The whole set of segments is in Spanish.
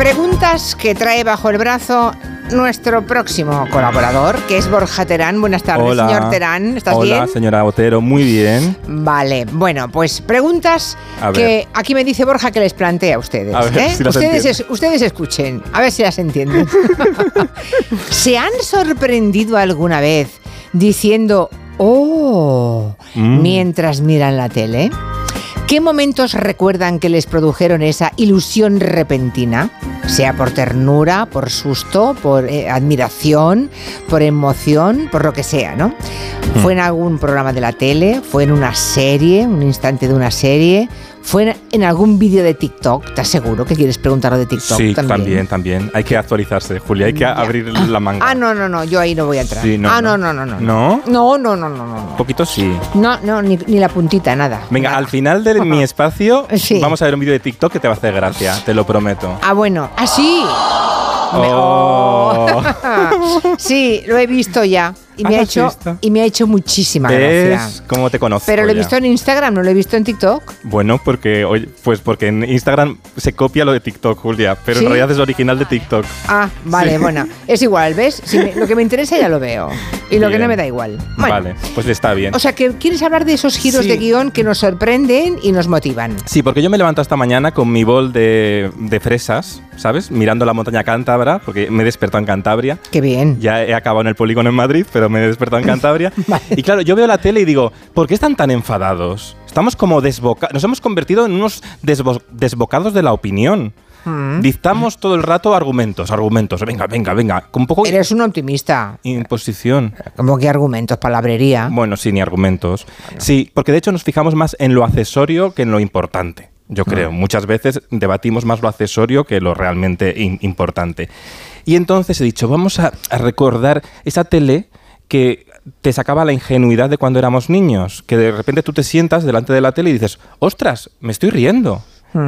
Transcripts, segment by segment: ideas que trae bajo el brazo nuestro próximo colaborador, que es Borja Terán. Buenas tardes, Hola. señor Terán. ¿Estás Hola, bien? señora Otero, muy bien. Vale, bueno, pues preguntas A ver. que aquí me dice Borja que les plantea a ustedes. A ver ¿eh? si las ustedes, entiendo. es- ustedes escuchen, a ver si las entienden. ¿Se han sorprendido alguna vez diciendo, oh, Mm. mientras miran la tele? ¿Qué momentos recuerdan que les produjeron esa ilusión repentina? Sea por ternura, por susto, por eh, admiración, por emoción, por lo que sea, ¿no? Hmm. ¿Fue en algún programa de la tele? ¿Fue en una serie? ¿Un instante de una serie? ¿Fue en, en algún vídeo de TikTok? ¿Estás seguro que quieres preguntarlo de TikTok sí, también. también, Hay que actualizarse, Julia, hay que abrir la manga. Ah, no, no, no, yo ahí no voy a entrar. Sí, no, ah, no, no. no, no, no. ¿No? No, no, no, no, no. Un no. poquito sí. No, no, ni, ni la puntita, nada. Venga, Nada. al final de mi espacio Sí. vamos a ver un vídeo de TikTok que te va a hacer gracia, te lo prometo. Ah, bueno, así. Oh. sí, lo he visto ya. Y me, Ah, ¿Has ha hecho, visto? y me ha hecho muchísima ¿Ves gracia. cómo te conozco? Pero lo he ya? visto en Instagram, no lo he visto en TikTok. Bueno, porque oye, pues porque en Instagram se copia lo de TikTok, Julia, pero ¿Sí? en realidad es original de TikTok. Ah, vale, bueno. Es igual, ¿ves? Si me- lo que me interesa ya lo veo. Y lo que Bien. no me da igual. Bueno, Vale, pues está bien. O sea, que quieres hablar de esos giros Sí. de guión que nos sorprenden y nos motivan. Sí, porque yo me levanto esta mañana con mi bol de, de fresas, ¿sabes? Mirando la montaña cántabra, porque me he despertado en Cantabria. Qué bien. Ya he acabado en el polígono en Madrid, pero me he despertado en Cantabria. Vale. Y claro, yo veo la tele y digo, ¿por qué están tan enfadados? Estamos como desbocados. Nos hemos convertido en unos desbo- desbocados de la opinión. Mm. Dictamos todo el rato argumentos, argumentos. Venga, venga, venga. Con un poco Eres un optimista. imposición. Como que argumentos, palabrería. Bueno, sí, ni argumentos. Sí, porque de hecho nos fijamos más en lo accesorio que en lo importante. Yo creo, muchas veces debatimos más lo accesorio que lo realmente im- importante. Y entonces he dicho, vamos a, a recordar esa tele que te sacaba la ingenuidad de cuando éramos niños, que de repente tú te sientas delante de la tele y dices, ostras, me estoy riendo.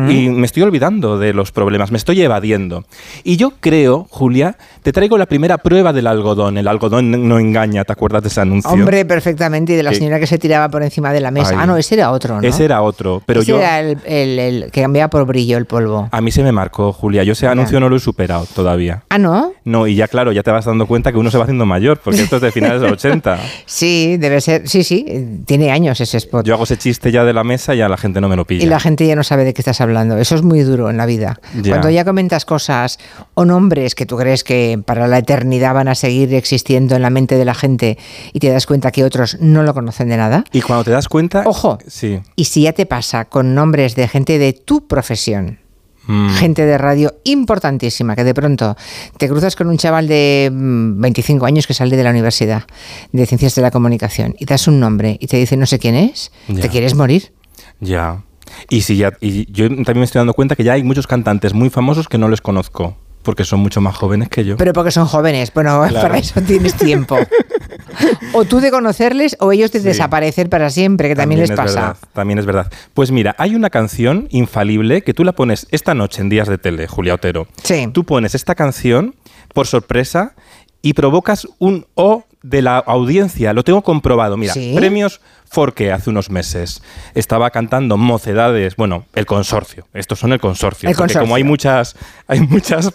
Y me estoy olvidando de los problemas, me estoy evadiendo. Y yo creo, Julia, te traigo la primera prueba del algodón. El algodón no engaña, ¿te acuerdas de ese anuncio? Hombre, perfectamente. Y de la Que- señora que se tiraba por encima de la mesa. Ay. Ah, no, ese era otro, ¿no? Ese era otro, pero Ese yo Ah. era el, el- el que cambiaba por brillo el polvo. a mí se me marcó, Julia. Yo ese anuncio no lo he superado todavía. Ah, ¿no? No, y ya claro, ya te vas dando cuenta que uno se va haciendo mayor, porque esto es de finales de los 80. Sí, debe ser. Sí, sí, eh, tiene años ese spot. Yo hago ese chiste ya de la mesa y ya la gente no me lo pilla. y la gente ya no sabe de qué estás hablando. Eso es muy duro en la vida. Ya. Cuando ya comentas cosas o nombres que tú crees que para la eternidad van a seguir existiendo en la mente de la gente y te das cuenta que otros no lo conocen de nada. Y cuando te das cuenta... Ojo. Sí. Y si ya te pasa con nombres de gente de tu profesión, Mm. gente de radio importantísima, que de pronto te cruzas con un chaval de mm, 25 años que sale de la universidad de Ciencias de la Comunicación y das un nombre y te dice no sé quién es, Ya. te quieres morir. Ya. Y si ya y yo también me estoy dando cuenta que ya hay muchos cantantes muy famosos que no les conozco, porque son mucho más jóvenes que yo. Pero porque son jóvenes, bueno, Claro. para eso tienes tiempo. o tú de conocerles o ellos de desaparecer para siempre, que también, les es pasa. verdad, también es verdad. Pues mira, hay una canción infalible que tú la pones esta noche en días de tele, Julia Otero. Sí. Tú pones esta canción por sorpresa y provocas un O de la audiencia. Lo tengo comprobado. Mira, Sí. premios Forque hace unos meses. Estaba cantando Mocedades, bueno, el consorcio. Estos son el consorcio. El porque Consorcio. como hay muchas, hay muchas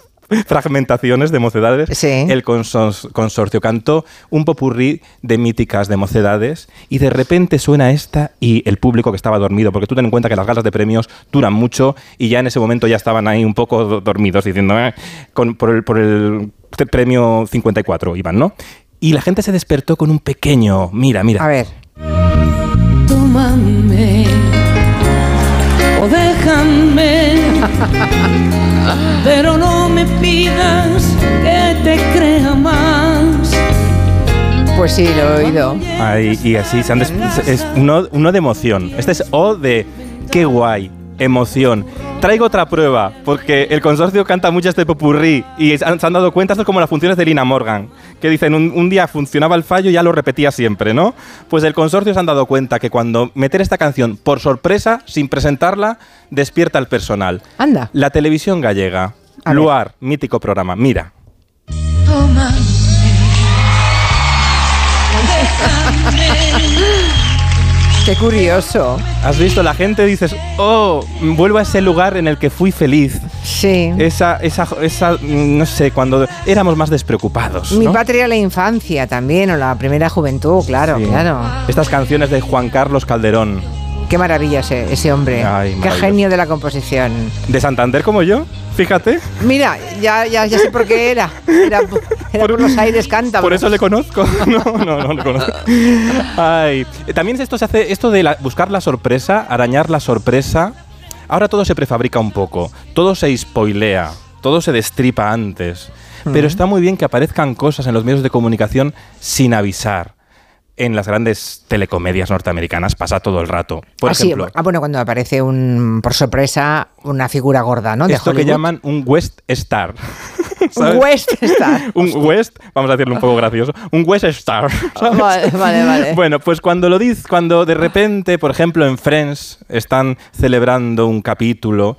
fragmentaciones de mocedades, Sí. el consor- consorcio cantó un popurrí de míticas de mocedades y de repente suena esta y el público que estaba dormido, porque tú ten en cuenta que las galas de premios duran mucho y ya en ese momento ya estaban ahí un poco do- dormidos diciendo, "Eh", con- por, el, por el te- premio 54 iban, ¿no? Y la gente se despertó con un pequeño, mira, mira. A ver, Tómame o déjame, pero no me pidas que te crea más. pues sí, lo he oído. Ay, y así se han des- es uno, uno de emoción. Este es O de qué guay, emoción. Traigo otra prueba, porque el consorcio canta mucho este popurrí y es- han- se han dado cuenta, esto es como las funciones de Lina Morgan, que dicen un, un día funcionaba el fallo y ya lo repetía siempre, ¿no? Pues el consorcio se han dado cuenta que cuando meter esta canción por sorpresa, sin presentarla, despierta al personal. Anda. La televisión gallega, A ver. Luar, mítico programa, mira. Tómame o déjame, Qué curioso. ¿Has visto? La gente dices, oh, vuelvo a ese lugar en el que fui feliz. Sí. Esa, esa, esa, no sé, cuando éramos más despreocupados. Mi ¿no? patria la infancia también, o la primera juventud, claro, Sí. claro. Estas canciones de Juan Carlos Calderón, Qué maravilla ese, ese hombre. Ay, Qué maravilloso. genio de la composición. de Santander como yo, fíjate. Mira, ya, ya, ya sé por qué era. Era, era por, los aires cántabros. Por eso le conozco. No, no, no le conozco. Ay. También esto se hace, esto de la- buscar la sorpresa, arañar la sorpresa. Ahora todo se prefabrica un poco, todo se spoilea, todo se destripa antes. Pero está muy bien que aparezcan cosas en los medios de comunicación sin avisar. En las grandes telecomedias norteamericanas pasa todo el rato. Por Ah, sí, ejemplo, ah, bueno, cuando aparece un, por sorpresa una figura gorda, ¿no? De esto que Hollywood. llaman un West Star. Un ¿sabes? West Star. un West, vamos a decirlo un poco gracioso, un West Star. ¿sabes? Vale, vale, vale. Bueno, pues cuando lo dices, cuando de repente, por ejemplo, en Friends están celebrando un capítulo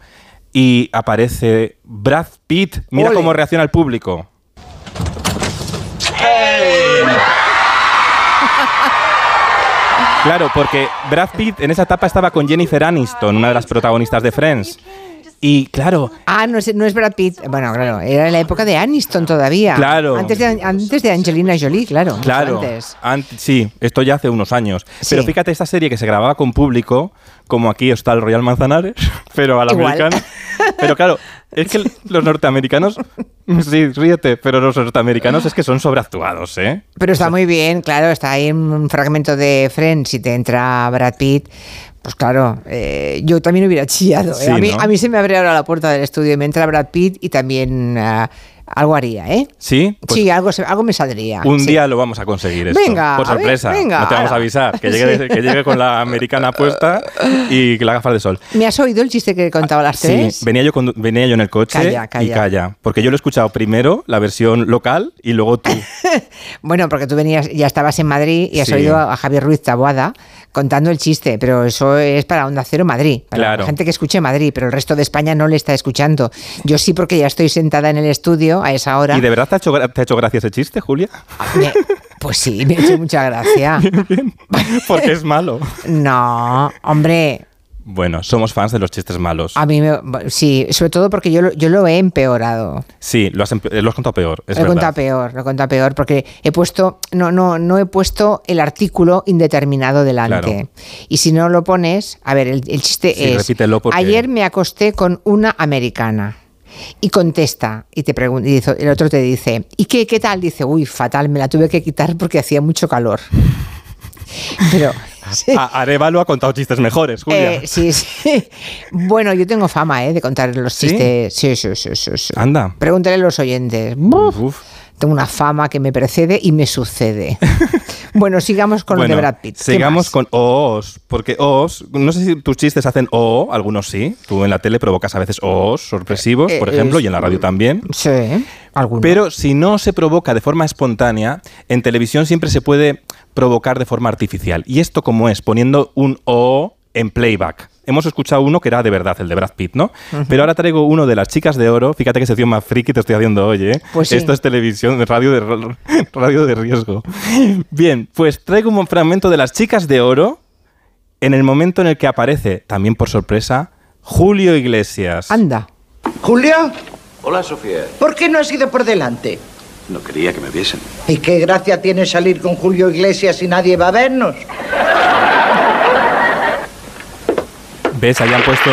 y aparece Brad Pitt, mira Ole. cómo reacciona el público. Claro, porque Brad Pitt en esa etapa estaba con Jennifer Aniston, una de las protagonistas de Friends. Y claro, Ah, no es, no es Brad Pitt. Bueno, claro, era en la época de Aniston todavía. Claro. Antes de, antes de Angelina Jolie, claro. mucho Claro, antes. ant- sí, esto ya hace unos años. Pero Sí. fíjate, esta serie que se grababa con público, como aquí está el Royal Manzanares, pero a la Igual. americana. Pero claro, es que los norteamericanos, sí, ríete, pero los norteamericanos es que son sobreactuados, ¿eh? Pero está muy bien, claro, está ahí un fragmento de Friends y te entra Brad Pitt. Pues claro, eh, yo también hubiera chillado. ¿eh? Sí, a, mí, ¿no? a mí se me abre ahora la puerta del estudio y me entra Brad Pitt y también ah, algo haría, ¿eh? Sí, pues sí, algo, se- algo me saldría. un sí. día lo vamos a conseguir. Esto, Venga, por a ver, sorpresa. venga, no te vamos a ala. avisar. Que llegue, Sí. que llegue con la americana puesta y la gafas de sol. ¿Me has oído el chiste que contaba ¿eh? a las Ah, Sí, tres? venía yo, condu- venía yo en el coche Calla, calla. y calla. Porque yo lo he escuchado primero, la versión local, y luego tú. Bueno, porque tú venías, ya estabas en Madrid y has Sí. oído a Javier Ruiz Taboada contando el chiste, pero eso es para Onda Cero Madrid, para Claro. la gente que escuche Madrid, pero el resto de España no le está escuchando. Yo sí, porque ya estoy sentada en el estudio a esa hora. ¿Y de verdad te ha, hecho, gra- te ha hecho gracia ese chiste, Julia? Me- pues sí, me ha hecho mucha gracia. Porque es malo. No, hombre, Bueno, somos fans de los chistes malos. a mí me, sí, sobre todo porque yo, lo- yo lo he empeorado. Sí, lo has, empe- lo has contado peor. Es lo he verdad. contado peor, lo he contado peor, porque he puesto, no, no, no he puesto el artículo indeterminado delante. Claro. Y si no lo pones, a ver, el, el chiste Sí, es. repítelo porque- Ayer me acosté con una americana. Y contesta, y te pregunta, y dice- el otro te dice, ¿y qué, qué tal? Dice, uy, fatal, me la tuve que quitar porque hacía mucho calor. Pero. sí. A- Arevalo ha contado chistes mejores, Julia. Eh, sí, sí. Bueno, yo tengo fama ¿eh? de contar los ¿Sí? chistes. Sí, sí, sí, sí, sí. Anda. Pregúntale a los oyentes. Buf. Uf. Tengo una fama que me precede y me sucede. bueno, sigamos con Bueno, lo de Brad Pitt. ¿Qué Sigamos más? con OOS, porque OOS, no sé si tus chistes hacen OO, algunos sí. Tú en la tele provocas a veces OOS sorpresivos, Eh, por eh, ejemplo, es- y en la radio también. Sí, alguno. Pero si no se provoca de forma espontánea, en televisión siempre se puede provocar de forma artificial. ¿Y esto cómo es? Poniendo un O en playback. Hemos escuchado uno que era de verdad, el de Brad Pitt, ¿no? Pero ahora traigo uno de las chicas de oro. Fíjate que sección más friki te estoy haciendo hoy, ¿eh? Pues sí. Esto es televisión, de radio de, ro- radio de riesgo. Bien, pues traigo un fragmento de las chicas de oro en el momento en el que aparece, también por sorpresa, Julio Iglesias. Anda. Julia, Hola, Sofía. ¿por qué no has ido por delante? No quería que me viesen. ¿Y qué gracia tiene salir con Julio Iglesias si nadie va a vernos? ¿Ves? Ahí han puesto...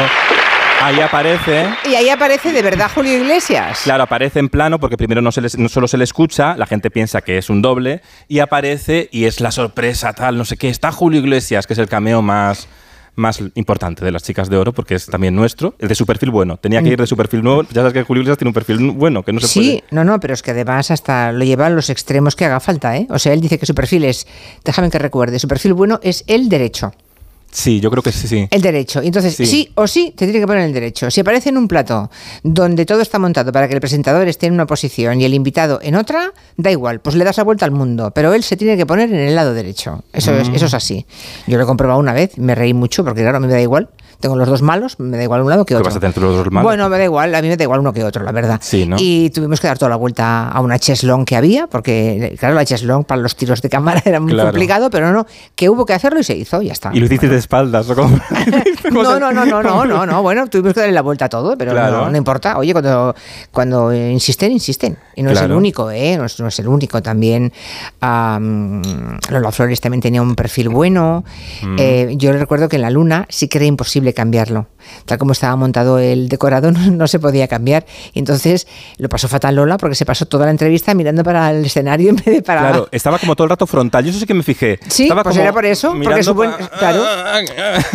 Ahí aparece... Y ahí aparece de verdad Julio Iglesias. Claro, aparece en plano porque primero no, se le- no solo se le escucha, la gente piensa que es un doble, y aparece y es la sorpresa, tal, no sé qué. Está Julio Iglesias, que es el cameo más, más importante de las chicas de oro, porque es también nuestro. El de su perfil bueno. Tenía que ir de su perfil nuevo. Ya sabes que Julio Iglesias tiene un perfil nu- bueno, que no se Sí, no, no, pero es que además hasta lo lleva a los extremos que haga falta, ¿eh? O sea, él dice que su perfil es, déjame que recuerde, su perfil bueno es el derecho. puede. Sí, yo creo que sí, sí. El derecho. Y Entonces, Sí. sí. o sí, te tiene que poner el derecho. Si aparece en un plato donde todo está montado para que el presentador esté en una posición y el invitado en otra, da igual, pues le das la vuelta al mundo. Pero él se tiene que Mm. poner en el lado derecho. Eso, es, eso es así. Yo lo he comprobado una vez, me reí mucho porque, claro, a mí me da igual. Tengo los dos malos, me da igual uno que ¿Qué otro. vas a tener tú los dos malos? Bueno, me da igual, a mí me da igual uno que otro, la verdad. Sí, ¿no? Y tuvimos que dar toda la vuelta a una cheslón que había, porque, claro, la cheslón para los tiros de cámara era muy Claro. complicado, pero no, que hubo que hacerlo y se hizo, ya está. Y lo hiciste de espaldas. ¿o cómo? ¿Cómo No, se- no, no, no, no, no, no. Bueno, tuvimos que darle la vuelta a todo, pero Claro. no, no importa. Oye, cuando, cuando insisten, insisten. Y no es el Claro. único, ¿eh? No es, no es el único también. am, Lola Flores también tenía un perfil bueno. Mm. Eh, yo recuerdo que en La Luna sí que era imposible cambiarlo. Tal como estaba montado el decorado, no, no se podía cambiar. Y entonces lo pasó fatal Lola porque se pasó toda la entrevista mirando para el escenario en vez de para... Claro, estaba como todo el rato frontal. Yo eso sí que me fijé. Sí, Estaba pues como era por eso, porque mirando su buen- pa- claro.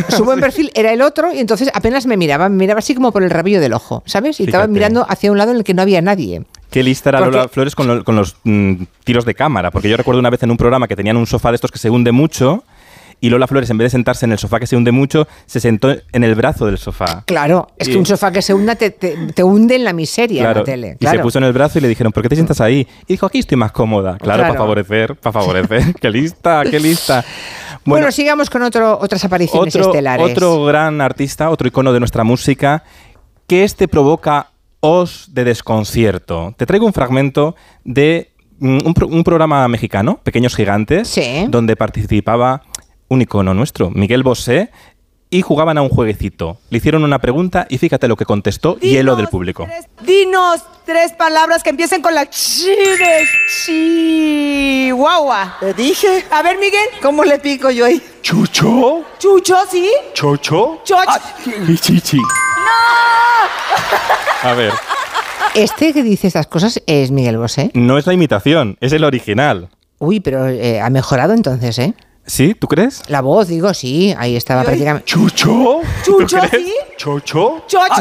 Su buen perfil era el otro y entonces apenas me miraba, me miraba así como por el rabillo del ojo, ¿sabes? Y estaba Fíjate. mirando hacia un lado en el que no había nadie. Qué lista era Porque- Lola Flores con, lo- con los mm, tiros de cámara, porque yo recuerdo una vez en un programa que tenían un sofá de estos que se hunde mucho y Lola Flores en vez de sentarse en el sofá que se hunde mucho, se sentó en el brazo del sofá. Claro, es que Y- un sofá que se hunda te, te- te hunde en la miseria en la tele. Y Claro. se puso en el brazo y le dijeron, ¿por qué te sientas ahí? Y dijo, aquí estoy más cómoda. Claro, Claro. para favorecer, para favorecer. qué lista, qué lista. bueno, sigamos con otro, otras apariciones otro, estelares. otro gran artista, otro icono de nuestra música, que este provoca os de desconcierto. Te traigo un fragmento de mm, un, pro- un programa mexicano, Pequeños Gigantes, Sí. donde participaba un icono nuestro, Miguel Bosé, y jugaban a un jueguecito. Le hicieron una pregunta y fíjate lo que contestó hielo del público. tres- dinos tres palabras que empiecen con la chi de Chihuahua. Te dije. A ver, Miguel, ¿cómo le pico yo ahí? ¿Chucho? Chucho, ¿sí? ¿Chocho? Ah, Chocho. ¡Chichi! ¡No! A ver, Este que dice estas cosas es Miguel Bosé. no es la imitación, es el original. Uy, pero eh, ha mejorado entonces, ¿eh? ¿Sí? ¿Tú crees? La voz, digo, sí, ahí estaba Yo- prácticamente. ¿Chucho? Chucho, ¿sí? ¿Chocho? Ah,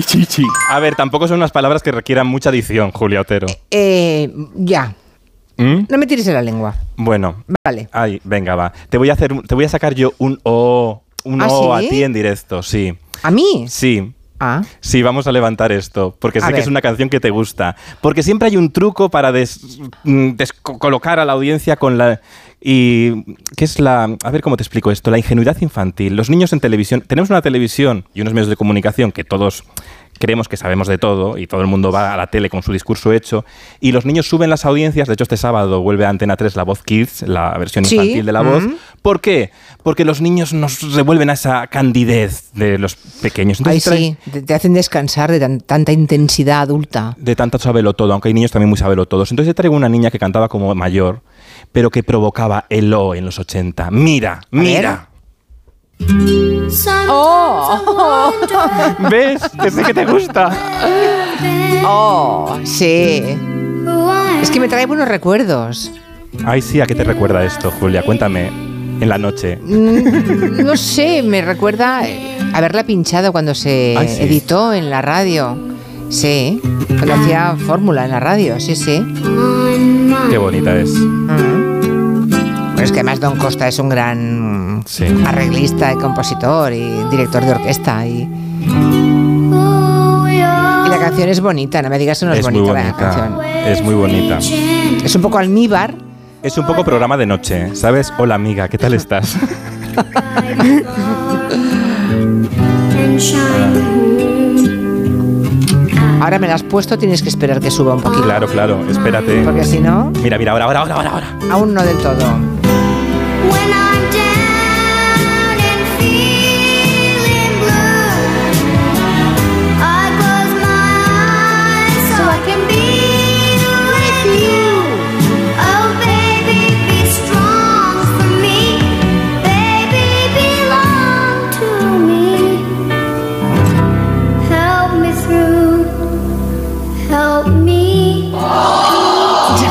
Chocho. A ver, tampoco son unas palabras que requieran mucha dicción, Julia Otero. Eh, ya, ¿Mm? Eh, no me tires en la lengua. Bueno. Vale. Ay, venga, va. Te voy a hacer, te voy a sacar yo un O, un ¿Ah, O sí? a ti en directo, sí. ¿A mí? Sí. Ah. Sí, vamos a levantar esto, porque A sé que ver. es una canción que te gusta. Porque siempre hay un truco para des- mm, descolocar a la audiencia con la... Y qué es la... A ver cómo te explico esto. La ingenuidad infantil. Los niños en televisión... Tenemos una televisión y unos medios de comunicación que todos creemos que sabemos de todo y todo el mundo va a la tele con su discurso hecho. Y los niños suben las audiencias. De hecho, este sábado vuelve a Antena 3 la voz Kids, la versión Sí. infantil de la voz. Mm. ¿Por qué? Porque los niños nos revuelven a esa candidez de los pequeños. Ay, Entonces trae- sí, te, te hacen descansar de tan- tanta intensidad adulta. de tanto sabelo todo, aunque hay niños también muy sabelo todos. Entonces traigo una niña que cantaba como mayor, pero que provocaba el O en los 80. Mira, mira. Oh, ¿Ves? Que sé que te gusta. Oh, sí. Es que me trae buenos recuerdos. Ay, sí, ¿a qué te recuerda esto, Julia? Cuéntame. En la noche. Mm, No sé, me recuerda eh, haberla pinchado cuando se Ay, sí. editó en la radio. Sí, cuando hacía fórmula en la radio, sí, sí. Qué bonita es. Pero es que además Don Costa es un gran Sí. arreglista y compositor y director de orquesta. Y, y la canción es bonita, no me digas que no es, es muy bonita, la bonita. canción. Es muy bonita. Es un poco almíbar. Es un poco programa de noche, ¿sabes? Hola amiga, ¿qué tal estás? Ahora me la has puesto, tienes que esperar que suba un poquito. claro, claro, espérate. Porque si no, Mira, mira, ahora, ahora, ahora, ahora, ahora. aún no del todo. When I'm down and feeling blue, I close my eyes so I can be with you. Oh, baby, be strong for me. Baby, belong to me. Help me through. Help me.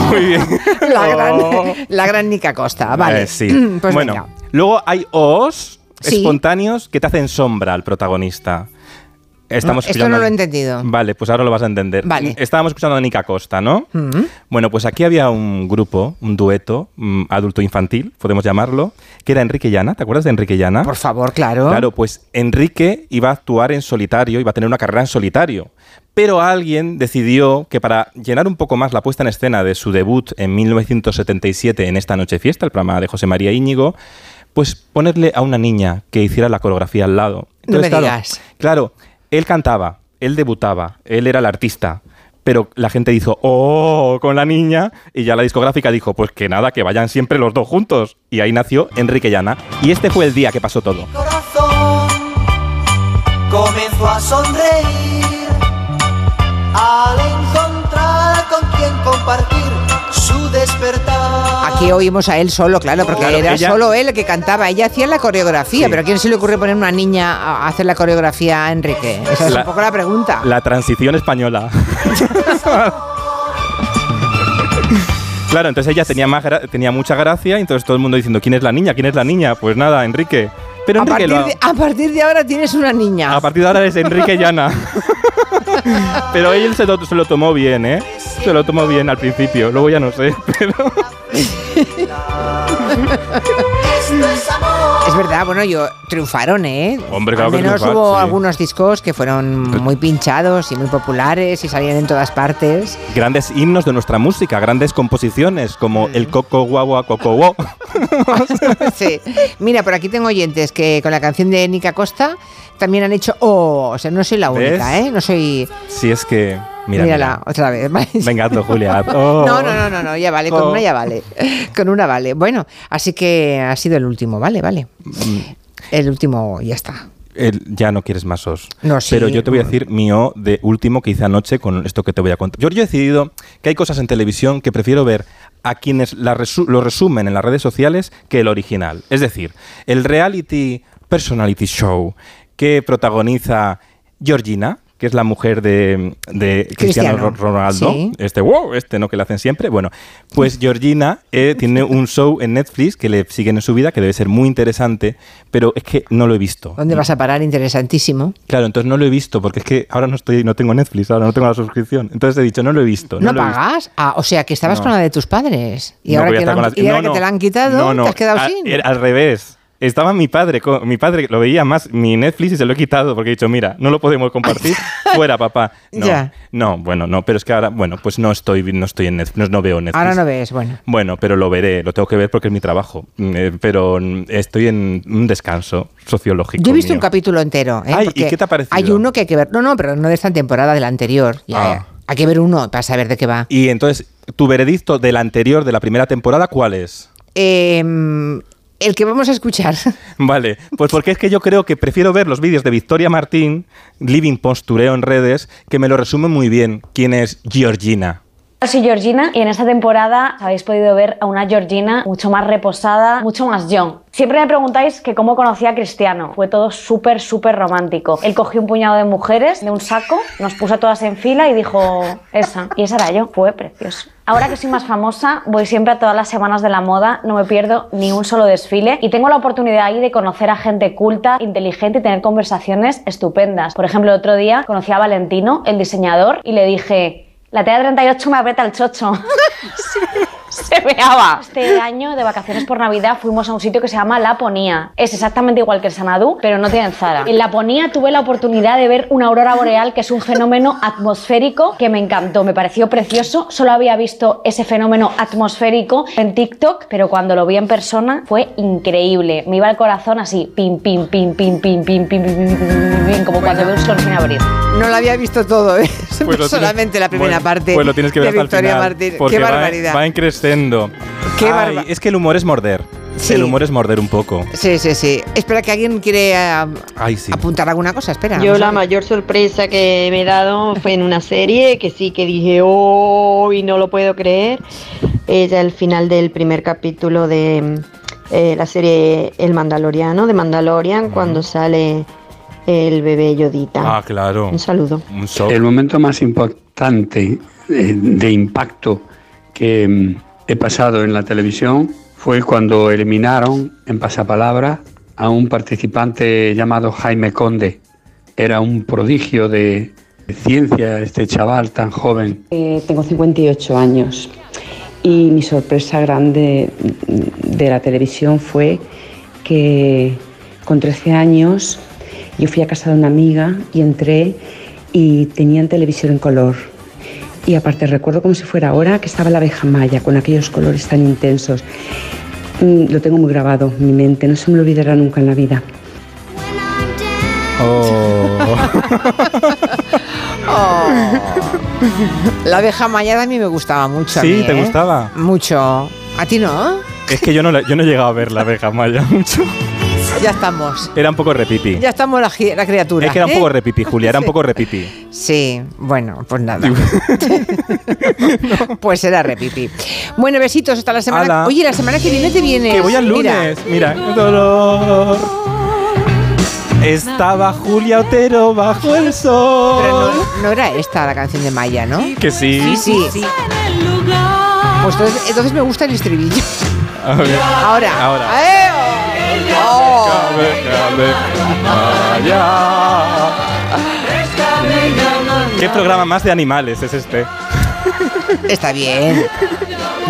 Muy bien. La gran, Oh. la gran Nica Costa, vale. Eh, sí. Pues bueno, venga. luego hay os Sí. espontáneos que te hacen sombra al protagonista. Estamos No, esto escuchando- no lo he entendido. Vale, pues ahora lo vas a entender. Vale. Mm. N- Estábamos escuchando a Nica Costa, ¿no? Bueno, pues aquí había un grupo, un dueto mm, adulto-infantil, podemos llamarlo, que era Enrique Llana. ¿Te acuerdas de Enrique Llana? Por favor, claro. Claro, pues Enrique iba a actuar en solitario, iba a tener una carrera en solitario. Pero alguien decidió que para llenar un poco más la puesta en escena de su debut en 1977 en Esta Noche Fiesta, el programa de José María Íñigo, pues ponerle a una niña que hiciera la coreografía al lado. No me claro, digas. Claro, él cantaba, él debutaba, él era el artista. Pero la gente dijo, oh, con la niña. Y ya la discográfica dijo, pues que nada, que vayan siempre los dos juntos. Y ahí nació Enrique Llana. Y este fue el día que pasó todo. corazón comenzó a sonreír al encontrar con quien compartir su despertar. Aquí oímos a él solo, claro, porque Claro, era ella- solo él el que cantaba. Ella hacía la coreografía, Sí. pero ¿a quién se le ocurre poner una niña a hacer la coreografía a Enrique? Esa es La- un poco la pregunta. La transición española. claro, entonces ella tenía, más gra- tenía mucha gracia. y Entonces todo el mundo diciendo, ¿quién es la niña? ¿Quién es la niña? Pues nada, Enrique. Pero a, Enrique partir lo ha- de, a partir de ahora tienes una niña. A partir de ahora es Enrique Llana. pero él se lo, se lo tomó bien, ¿eh? Se lo tomó bien al principio. Luego ya no sé. pero- Esto es amor. Es verdad, bueno, yo triunfaron, ¿eh? Hombre, claro Al que menos triunfaron, hubo sí. algunos discos que fueron muy pinchados y muy populares y salían en todas partes. grandes himnos de nuestra música, grandes composiciones como el coco guagua coco wo. Sí. Mira, por aquí tengo oyentes que con la canción de Nica Costa también han hecho oh, o sea, no soy la ¿Ves? única, ¿eh? No soy Si es que. Mira, Mírala mira. otra vez. Venga, hazlo, Julia. haz. Oh. No, no, no, no, no, ya vale, con Oh. una ya vale. Con una vale. Bueno, así que ha sido el último, vale, vale. Mm. El último ya está. El- ya no quieres más os. No, sí. Pero yo te voy a decir mi o de último que hice anoche con esto que te voy a contar. Yo, yo he decidido que hay cosas en televisión que prefiero ver a quienes la resu- lo resumen en las redes sociales que el original. Es decir, el reality personality show que protagoniza Georgina, que es la mujer de, de Cristiano, Cristiano, Ro- Ronaldo, sí. este wow, este no que le hacen siempre. Bueno, pues Georgina eh, tiene un show en Netflix que le siguen en su vida, que debe ser muy interesante, pero es que no lo he visto. ¿Dónde vas a parar? Interesantísimo. Claro, entonces no lo he visto, porque es que ahora no estoy, no tengo Netflix, ahora no tengo la suscripción. Entonces he dicho, no lo he visto. ¿No, lo he visto. pagas? Ah, o sea, que estabas No. con la de tus padres. Y No, ahora, voy a que, la estar han- con las- y ahora no, que te la han no, quitado, no, no, te has quedado a- sin. era Al revés. Estaba mi padre, co- mi padre lo veía más, mi Netflix y se lo he quitado porque he dicho, mira, no lo podemos compartir, fuera papá. No, Ya. no, bueno, no, pero es que ahora, bueno, pues no estoy, no estoy en Netflix, no, no veo Netflix. Ahora no ves, bueno. Bueno, pero lo veré, lo tengo que ver porque es mi trabajo. Mm, eh, Pero mm, estoy en un descanso sociológico. Yo he visto mío. un capítulo entero. ¿eh? Ay, ¿y Porque qué te ha parecido? Hay uno que hay que ver. No, no, pero no de esta temporada, de la anterior. Ya, Ah. Hay que ver uno para saber de qué va. Y entonces, tu veredicto del anterior, de la primera temporada, ¿cuál es? Eh, el que vamos a escuchar. Vale, pues porque es que yo creo que prefiero ver los vídeos de Victoria Martín, Living Postureo en redes, que me lo resume muy bien quién es Georgina. Yo soy Georgina y en esta temporada Ah, habéis podido ver a una Georgina mucho más reposada, mucho más young. Siempre me preguntáis que cómo conocía a Cristiano. Fue todo súper, súper romántico. Él cogió un puñado de mujeres de un saco, nos puso a todas en fila y dijo esa. Y esa era yo. Fue precioso. Ahora que soy más famosa, voy siempre a todas las semanas de la moda, no me pierdo ni un solo desfile y tengo la oportunidad ahí de conocer a gente culta, inteligente y tener conversaciones estupendas. Por ejemplo, el otro día conocí a Valentino, el diseñador, y le dije, la tela 38 me aprieta el chocho. Se veaba. Este año de vacaciones por Navidad fuimos a un sitio que se llama Laponía. Es exactamente igual que el Sanadú, pero no tienen Zara. En Laponía tuve la oportunidad de ver una aurora boreal que es un fenómeno atmosférico que me encantó, me pareció precioso. Solo había visto ese fenómeno atmosférico en TikTok, pero cuando lo vi en persona fue increíble. Me iba el corazón así, pim, pim, pim, pim, pim, pim, pim, pim, pim, pim, pim, pim, como cuando veo un sol sin abrir. No lo había visto todo, ¿eh? Pues lo solamente tienes- la primera bueno, parte Pues lo tienes que ver de hasta el Victoria final, Martín. porque Qué va- barbaridad. Va, increciendo. Qué Ay, barba- Es que el humor es morder. Sí. El humor es morder un poco. Sí, sí, sí. Espera que alguien quiere ah, Ay, sí. apuntar alguna cosa. Espera. Yo vamos a la ver. mayor sorpresa que me he dado fue en una serie que sí que dije, oh, y no lo puedo creer, es el final del primer capítulo de mm, eh, la serie El Mandaloriano, de Mandalorian, cuando sale el bebé Yodita. Ah, claro. Un saludo. Un shock. El momento más importante eh, de impacto que mm, he pasado en la televisión fue cuando eliminaron en pasapalabra a un participante llamado Jaime Conde. Era un prodigio de ciencia este chaval tan joven. Eh, tengo 58 años y mi sorpresa grande de la televisión fue que con 13 años yo fui a casa de una amiga y entré y tenían televisión en color. Y aparte recuerdo como si fuera ahora que estaba la abeja maya con aquellos colores tan intensos. Mm, Lo tengo muy grabado en mi mente, no se me lo olvidará nunca en la vida. When I'm down Oh. Oh. La abeja mallada a mí me gustaba mucho. a Sí, mí, ¿te ¿eh? gustaba? Mucho. ¿A ti no? Es que yo no, la- yo no he llegado a ver la abeja maya mucho. Ya estamos. Era un poco repipi. Ya estamos la, gi- la criatura. Es que era un ¿eh? poco repipi, Julia, era un poco repipi. Sí, bueno, pues nada. Pues era repipi. Bueno, besitos hasta la semana. Hala. Oye, la semana que viene te vienes. Que voy al Mira. lunes. Mira, dolor. Estaba Julia Otero bajo el sol. Pero no, no era esta la canción de Maya, ¿no? Que sí. Sí, sí. Pues entonces, entonces me gusta el estribillo. A ver. Ahora. Ahora. ¡Eh! ¡Oh! ¿Qué programa más de animales es este? Está bien.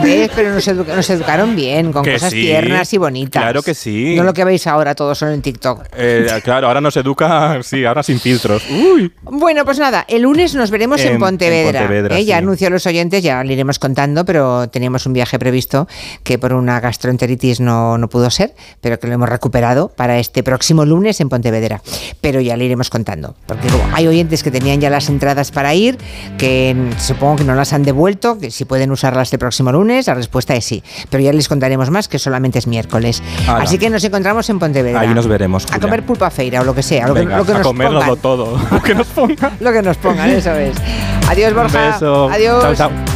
¿Ves? Pero nos, edu- nos educaron bien, con Que cosas sí, tiernas y bonitas. claro que sí. No lo que veis ahora, todos son en TikTok. Eh, claro, ahora nos educa, sí, ahora sin filtros. Uy. Bueno, pues nada, el lunes nos veremos en, En- en Pontevedra. Pontevedra, ¿eh? Ya sí. anunció a los oyentes, ya le iremos contando, pero teníamos un viaje previsto que por una gastroenteritis no, no pudo ser, pero que lo hemos recuperado para este próximo lunes en Pontevedra. Pero ya le iremos contando, porque como hay oyentes que tenían ya las entradas para ir, que mm, supongo que no las han devuelto, que si pueden usarlas el próximo lunes, la respuesta es sí. Pero ya les contaremos más, que solamente es miércoles. Hala. Así que nos encontramos en Pontevedra. Ahí nos veremos, A Julia. comer pulpa feira o lo que sea, lo que, Venga, lo que a nos comérnoslo pongan. todo. Lo que nos pongan. Lo que nos pongan, eso es. Adiós, Un Borja. beso. Adiós. Chao, chao.